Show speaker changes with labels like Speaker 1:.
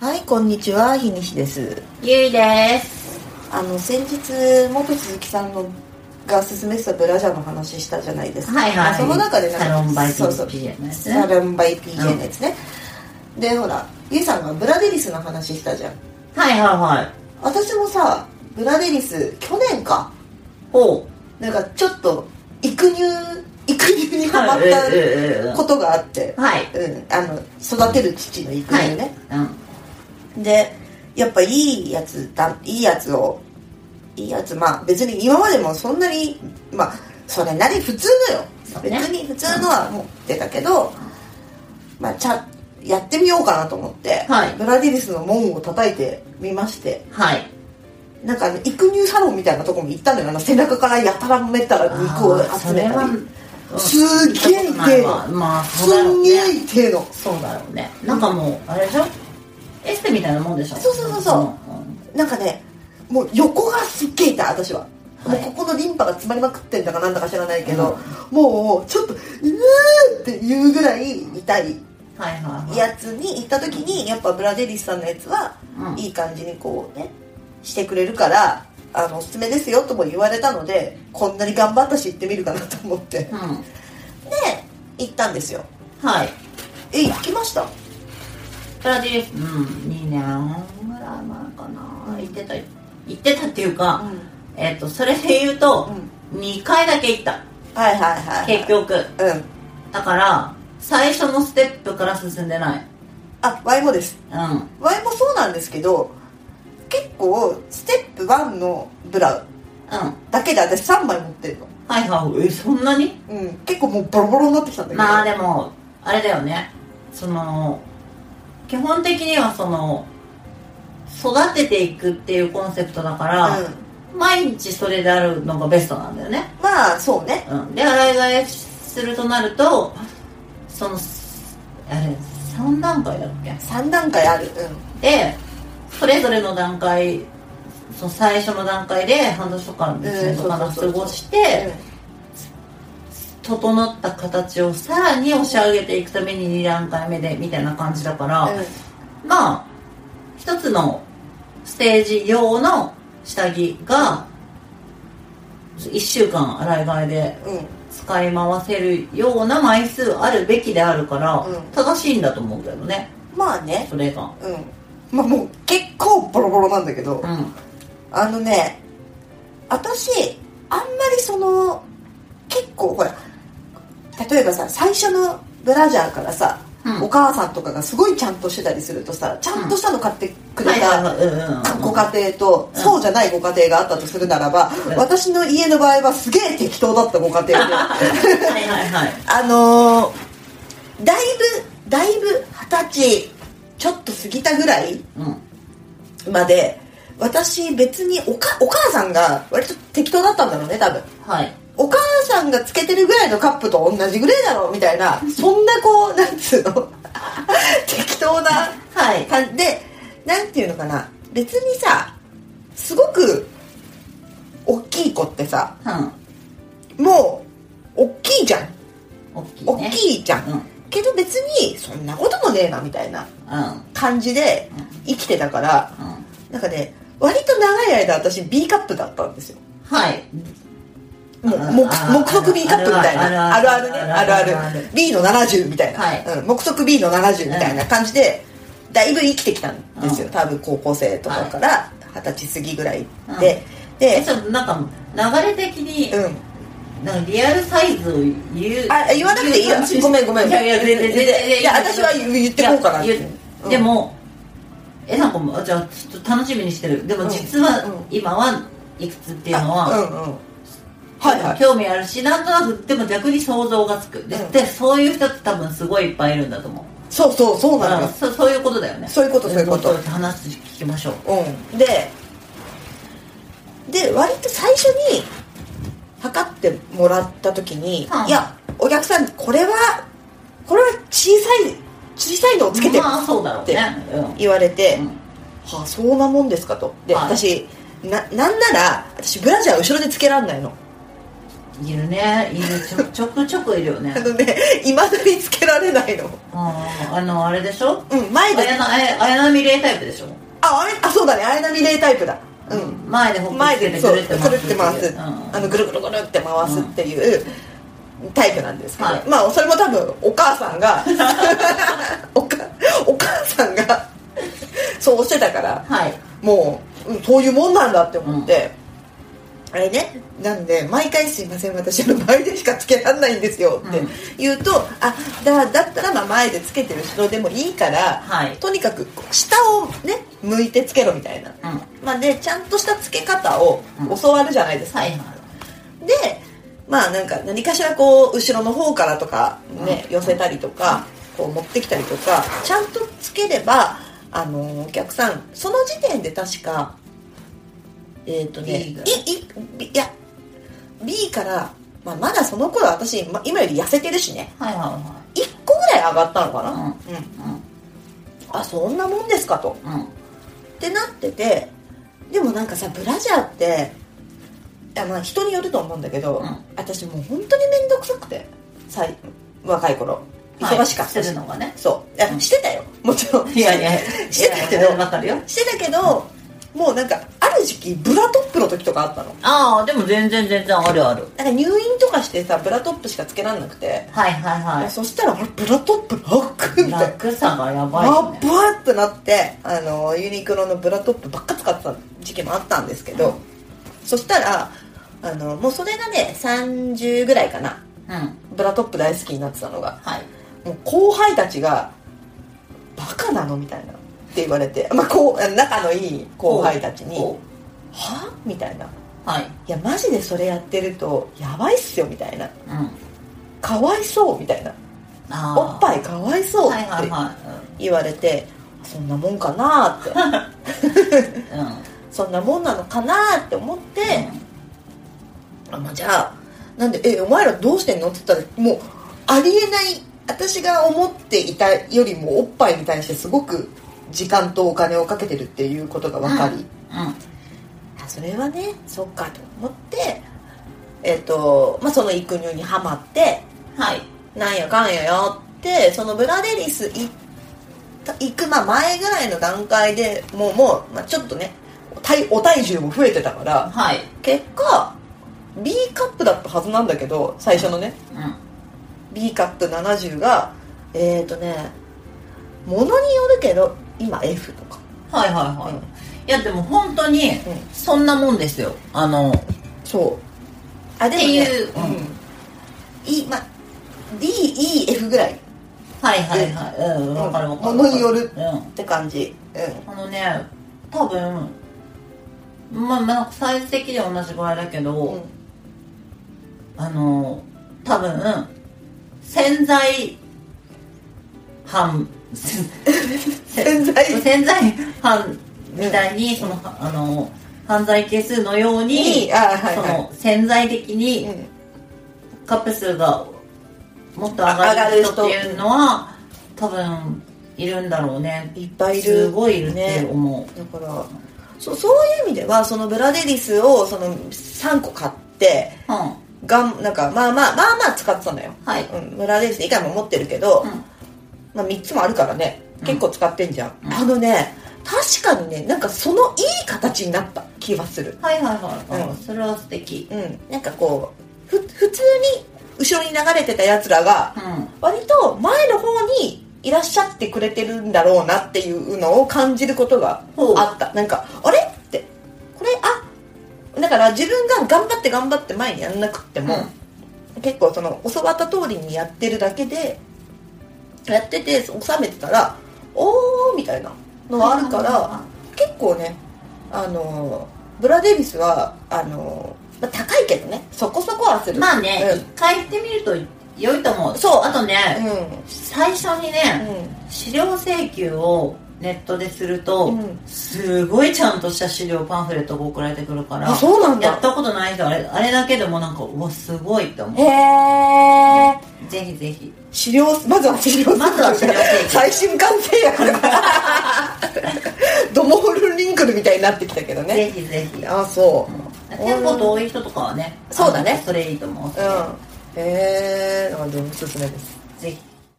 Speaker 1: はいこんにちは日西です
Speaker 2: ゆいです
Speaker 1: あの先日元鈴木さんのが勧めてたブラジャーの話したじゃないですか、
Speaker 2: はいはい
Speaker 1: その中でなんか
Speaker 2: サロンバイ
Speaker 1: そうそう
Speaker 2: PJ のやつね
Speaker 1: サロンバイ PJ のやつね、でほらゆいさんがブラデリスの話したじゃん
Speaker 2: はいはいはい
Speaker 1: 私もさブラデリス去年か
Speaker 2: おう
Speaker 1: なんかちょっと育乳育乳にハマっ
Speaker 2: ええええ
Speaker 1: たことがあって、
Speaker 2: はい
Speaker 1: うん、あの育てる父の育
Speaker 2: はい
Speaker 1: 乳ね、
Speaker 2: うん
Speaker 1: でやっぱいいやつだいいやつをいいやつまあ別に今までもそんなにまあそれなり普通のよ、
Speaker 2: そう
Speaker 1: 別
Speaker 2: ね
Speaker 1: に普通のは持ってたけど、まあちゃやってみようかなと思って、
Speaker 2: はい
Speaker 1: ブラディリスの門を叩いてみまして
Speaker 2: はい
Speaker 1: なんかあの育乳サロンみたいなとこも行ったのよあの背中からやたらめったら肉を
Speaker 2: あー
Speaker 1: 集め
Speaker 2: それ
Speaker 1: た
Speaker 2: は
Speaker 1: り
Speaker 2: うん
Speaker 1: すげえ
Speaker 2: 聞いたことな
Speaker 1: 痛
Speaker 2: い
Speaker 1: い
Speaker 2: わ
Speaker 1: の、
Speaker 2: まあそうだ
Speaker 1: す
Speaker 2: ろ
Speaker 1: ん
Speaker 2: う
Speaker 1: げ
Speaker 2: ね
Speaker 1: え痛いの
Speaker 2: そうだろうねなんかもうあれでしょエステみたいなもんでしょ
Speaker 1: そうそうそうそう
Speaker 2: うん
Speaker 1: なんかねもう横がすっげえ痛い私は、
Speaker 2: はい
Speaker 1: もうここのリンパが詰まりまくってんだかなんだか知らないけど、
Speaker 2: う
Speaker 1: もうちょっとうーっていうぐらい痛い
Speaker 2: はいはいはい
Speaker 1: やつに行った時にやっぱブラデリスさんのやつは
Speaker 2: うん
Speaker 1: いい感じにこうねしてくれるからあのおすすめですよとも言われたのでこんなに頑張ったし行ってみるかなと思ってで
Speaker 2: うん
Speaker 1: 行ったんですよ
Speaker 2: はい
Speaker 1: え行きました
Speaker 2: ブラジルうん2年ぐらい前かな行ってた行ってたっていうか、えっ、とそれで言うと、2回だけ行った
Speaker 1: はいはいはい、はい、
Speaker 2: 結局
Speaker 1: うん
Speaker 2: だから最初のステップから進んでない
Speaker 1: あワイもです
Speaker 2: うん
Speaker 1: ワイもそうなんですけど結構ステップ1のブラウ
Speaker 2: うん
Speaker 1: だけで私3枚持ってるの、
Speaker 2: はいはいえそんなに
Speaker 1: うん、結構もうボロボロになってきたんだけど
Speaker 2: まあでもあれだよねその基本的にはその育てていくっていうコンセプトだから、
Speaker 1: うん、
Speaker 2: 毎日それであるのがベストなんだよね、
Speaker 1: まあそうね
Speaker 2: うん、で洗い替えするとなるとそのあれ3段階だっけ
Speaker 1: 3段階ある
Speaker 2: でそれぞれの段階その最初の段階で半年とか1年とか
Speaker 1: うん
Speaker 2: の
Speaker 1: そうそう
Speaker 2: 過
Speaker 1: そう
Speaker 2: ごし
Speaker 1: うん、
Speaker 2: て整った形をさらに押し上げていくために2段階目でみたいな感じだから、
Speaker 1: うん
Speaker 2: まあ一つのステージ用の下着が1週間洗い替えで
Speaker 1: うん
Speaker 2: 使い回せるような枚数あるべきであるから、
Speaker 1: うん
Speaker 2: 正しいんだと思うけどね
Speaker 1: まあね
Speaker 2: それが。
Speaker 1: うんまあもう結構ボロボロなんだけど
Speaker 2: うん
Speaker 1: あのね私あんまりその結構ほら例えばさ最初のブラジャーからさ、
Speaker 2: うん
Speaker 1: お母さんとかがすごいちゃんとしてたりするとさちゃんとしたの買ってくれ
Speaker 2: はいは
Speaker 1: た
Speaker 2: いはいうんうん
Speaker 1: ご家庭と、
Speaker 2: うん
Speaker 1: そうじゃないご家庭があったとするならば、
Speaker 2: うん
Speaker 1: 私の家の場合はすげえ適当だったご家庭 で
Speaker 2: はいはいはい
Speaker 1: あのーだいぶだいぶ二十歳ちょっと過ぎたぐらい
Speaker 2: うん
Speaker 1: まで私別におかお母さんが割と適当だったんだろうね多分
Speaker 2: はい
Speaker 1: お母さんがつけてるぐらいのカップと同じぐらいだろうみたいなそんなこう なんつうの適当な
Speaker 2: はい
Speaker 1: 感じでなんていうのかな別にさすごく大きい子ってさ
Speaker 2: う
Speaker 1: もう大きいじゃん
Speaker 2: ん大きいね
Speaker 1: 大きいじゃん、
Speaker 2: うん
Speaker 1: けど別にそんなこともねえなみたいな
Speaker 2: うんうん
Speaker 1: 感じで生きてたからなんかね割と長い間私 B カップだったんですよ
Speaker 2: はい
Speaker 1: もう
Speaker 2: あ
Speaker 1: 目
Speaker 2: あ
Speaker 1: 目測 B カップみたいなあ
Speaker 2: あ
Speaker 1: る
Speaker 2: る
Speaker 1: あ
Speaker 2: あ
Speaker 1: る
Speaker 2: る
Speaker 1: ねあ
Speaker 2: あ
Speaker 1: る
Speaker 2: る
Speaker 1: あ
Speaker 2: あ
Speaker 1: る
Speaker 2: る
Speaker 1: B の70みたいな、
Speaker 2: はい
Speaker 1: うん、目測 B の70みたいな感じで、だいぶ生きてきたんですよ、
Speaker 2: うん
Speaker 1: 多分高校生とかから二十歳過ぎぐらいで、
Speaker 2: え
Speaker 1: で、
Speaker 2: ちょっとなんか流れ的に、
Speaker 1: うん、
Speaker 2: なんかリアルサイズを言う
Speaker 1: あ言わなくていいよ
Speaker 2: 言う感じ
Speaker 1: ごめんごめん
Speaker 2: いやいや全然全然
Speaker 1: いや私は言ってこうかなって
Speaker 2: いや言
Speaker 1: うん
Speaker 2: でもえなんかもうあじゃあちょっと楽しみにしてるで
Speaker 1: う
Speaker 2: も
Speaker 1: ん
Speaker 2: 実は
Speaker 1: うん
Speaker 2: 今はいくつっていうのは、
Speaker 1: あうんうんはいはい
Speaker 2: 興味あるしなんとなくでも逆に想像がつくで,、
Speaker 1: うん
Speaker 2: でそういう人って多分すごいいっぱいいるんだと思う
Speaker 1: そうそうそうなのよ
Speaker 2: うんそそういうことだよね
Speaker 1: そういうことそういうこと
Speaker 2: ん話聞きましょう
Speaker 1: うん、でで割と最初に測ってもらった時に、
Speaker 2: うん
Speaker 1: いやお客さんこれはこれは小さい小さいのをつけて
Speaker 2: ま
Speaker 1: ま
Speaker 2: あ
Speaker 1: す
Speaker 2: そうだろ
Speaker 1: っ
Speaker 2: う
Speaker 1: て
Speaker 2: ねうん
Speaker 1: 言われて、
Speaker 2: うん
Speaker 1: はあそんなもんですかとで、
Speaker 2: はい
Speaker 1: 私ななんなら私ブラジャー後ろでつけらんないの
Speaker 2: いるねいるちょちょくちょくいるよね
Speaker 1: あのねいまだにつけられないの
Speaker 2: あーあのあれでしょ
Speaker 1: うん前で
Speaker 2: 綾な綾綾波レイタイプでしょ
Speaker 1: ああれあそうだね綾波レイタイプだうん
Speaker 2: 前でほっぺ
Speaker 1: 前
Speaker 2: つけ
Speaker 1: で
Speaker 2: て
Speaker 1: そ
Speaker 2: く
Speaker 1: う
Speaker 2: るって
Speaker 1: くるって回す、
Speaker 2: うん
Speaker 1: あのぐるぐるぐるって回すっていうタイプなんですけど、
Speaker 2: はい
Speaker 1: まあそれも多分お母さんが おかお母さんがそうしてたから
Speaker 2: はい
Speaker 1: もう、うんそういうもんなんだって思って、あれねなんで毎回「すいません私の前でしかつけられないんですよ」って
Speaker 2: うん
Speaker 1: 言うと「あだだったらまあ前でつけてる人でもいいから、
Speaker 2: はい
Speaker 1: とにかくこう下をね向いてつけろ」みたいな、
Speaker 2: うん
Speaker 1: まあ、でちゃんとしたつけ方を
Speaker 2: うん
Speaker 1: 教わるじゃないですか、
Speaker 2: はいはい
Speaker 1: でまあなんか何かしらこう後ろの方からとかね、寄せたりとか、こう持ってきたりとかちゃんとつければあのお客さんその時点で確かえっ、とね
Speaker 2: B が
Speaker 1: いいいいや B から、まあ、まだその頃私ま今より痩せてるしね
Speaker 2: はいはいは
Speaker 1: 1個ぐらい上がったのかな、
Speaker 2: うん
Speaker 1: あそんなもんですかと
Speaker 2: いうんうん
Speaker 1: ってなっててでもなんかさブラジャーってあまあ人によると思うんだけど、
Speaker 2: うん
Speaker 1: 私もう本当に面倒くさくてさい若い頃忙しかった
Speaker 2: はい
Speaker 1: し、
Speaker 2: するのがね
Speaker 1: そういや
Speaker 2: うん
Speaker 1: してたよもちろん
Speaker 2: いやいや
Speaker 1: してたけど
Speaker 2: わかるよ
Speaker 1: してたけど、もうなんかある時期ブラトップの時とかあったの
Speaker 2: ああでも全然全然あるある
Speaker 1: なんか入院とかしてさブラトップしかつけられなくて、
Speaker 2: はいはいはい
Speaker 1: そしたらあれブラトップ楽みたいな
Speaker 2: 楽さがやばい
Speaker 1: や
Speaker 2: よ
Speaker 1: っ
Speaker 2: ね
Speaker 1: ばってなってあのユニクロのブラトップばっか使ってた時期もあったんですけど、そしたらあのもうそれがね30ぐらいかな
Speaker 2: うん
Speaker 1: ブラトップ大好きになってたのが
Speaker 2: はい
Speaker 1: もう後輩たちが「バカなの?」みたいなって言われて、まあ、こう仲のいい後輩たちに
Speaker 2: こ
Speaker 1: 「はみたいな「
Speaker 2: うはい
Speaker 1: いやマジでそれやってるとやばいっすよ」みたいな
Speaker 2: うん
Speaker 1: 「かわいそう」みたいな「
Speaker 2: あー
Speaker 1: おっぱいかわいそう」っ
Speaker 2: はいはい
Speaker 1: て
Speaker 2: は
Speaker 1: 言われてそんなもんかなーって
Speaker 2: いうんうん
Speaker 1: そんなもんなのかなって思って、あまあじゃあなんで「えお前らどうしてんの?」って言ったらもうありえない私が思っていたよりもおっぱいに対してすごく時間とお金をかけてるっていうことが分かり、
Speaker 2: う
Speaker 1: あそれはねそっかと思って、えっとまあ、その育乳にはまって
Speaker 2: んはい
Speaker 1: なんやかんややってそのブラデリス行った行くまあ前ぐらいの段階でもうもう、まあ、ちょっとね体お体重も増えてたから、
Speaker 2: はい
Speaker 1: 結果 B カップだったはずなんだけど最初のね
Speaker 2: うん
Speaker 1: B カップ70がえっ、ー、とねものによるけど今 F とか
Speaker 2: はいはいはい、いやでも本当に
Speaker 1: ん
Speaker 2: そんなもんですよあの
Speaker 1: そうあでも、ね、
Speaker 2: っていううん
Speaker 1: うん、いま DEF ぐらいっ
Speaker 2: はいはいはいうんわかるわかる
Speaker 1: 物による
Speaker 2: うん
Speaker 1: て感じうん
Speaker 2: あのね多分まあまあサイズ的には同じぐらいだけど、
Speaker 1: うん
Speaker 2: あの多分潜在犯
Speaker 1: 潜在
Speaker 2: 潜在犯みたいにその、あの犯罪係数のように、
Speaker 1: にあはいはい
Speaker 2: その潜在的に、
Speaker 1: うん
Speaker 2: カップ数がもっと上がる人っていうのは多分いるんだろうね
Speaker 1: いっぱいいる
Speaker 2: すごいいるって思う、
Speaker 1: だからそそういう意味ではそのブラデリスをその3個買って
Speaker 2: うん
Speaker 1: がんなんかまあまあまあまあ使ってたのよ、
Speaker 2: はい
Speaker 1: うん、ブラデリス以外も持ってるけど、
Speaker 2: うん
Speaker 1: まあ、3つもあるからね
Speaker 2: うん
Speaker 1: 結構使ってんじゃん、
Speaker 2: うん
Speaker 1: あのね確かにねなんかそのいい形になった気はする
Speaker 2: はいはいはい、
Speaker 1: うん
Speaker 2: それは素敵
Speaker 1: うんなんかこうふ普通に後ろに流れてたやつらが
Speaker 2: うん
Speaker 1: 割と前の方にいらっしゃってくれてるんだろうなっていうのを感じることが
Speaker 2: ほう
Speaker 1: あったなんかあれってこれあだから自分が頑張って頑張って前にやんなくっても、結構その教わった通りにやってるだけでやってて収めてたらおーみたいなのはあるから結構ねあのーブラデビスはあのーまあ高いけどねそこそこはする
Speaker 2: まあね
Speaker 1: うん
Speaker 2: 一、回行ってみると良いと思う
Speaker 1: そう
Speaker 2: あとね、
Speaker 1: う
Speaker 2: 最初にね、資料請求をネットですると、
Speaker 1: うん
Speaker 2: すごいちゃんとした資料パンフレットが送られてくるから
Speaker 1: あそうなんだ
Speaker 2: やったことない人あれあれだけでもなんかうわすごいって
Speaker 1: ん
Speaker 2: 思
Speaker 1: へえ
Speaker 2: うぜひぜひ
Speaker 1: 資料まずは 資料
Speaker 2: まずは資料
Speaker 1: 最新完成やからドモールリンクルみたいになってきたけどね
Speaker 2: ぜひぜひ
Speaker 1: あそう
Speaker 2: 店舗遠い人とかはね
Speaker 1: そうだね
Speaker 2: あのそれいいと思う
Speaker 1: うんへえー、なんかでもおすすめです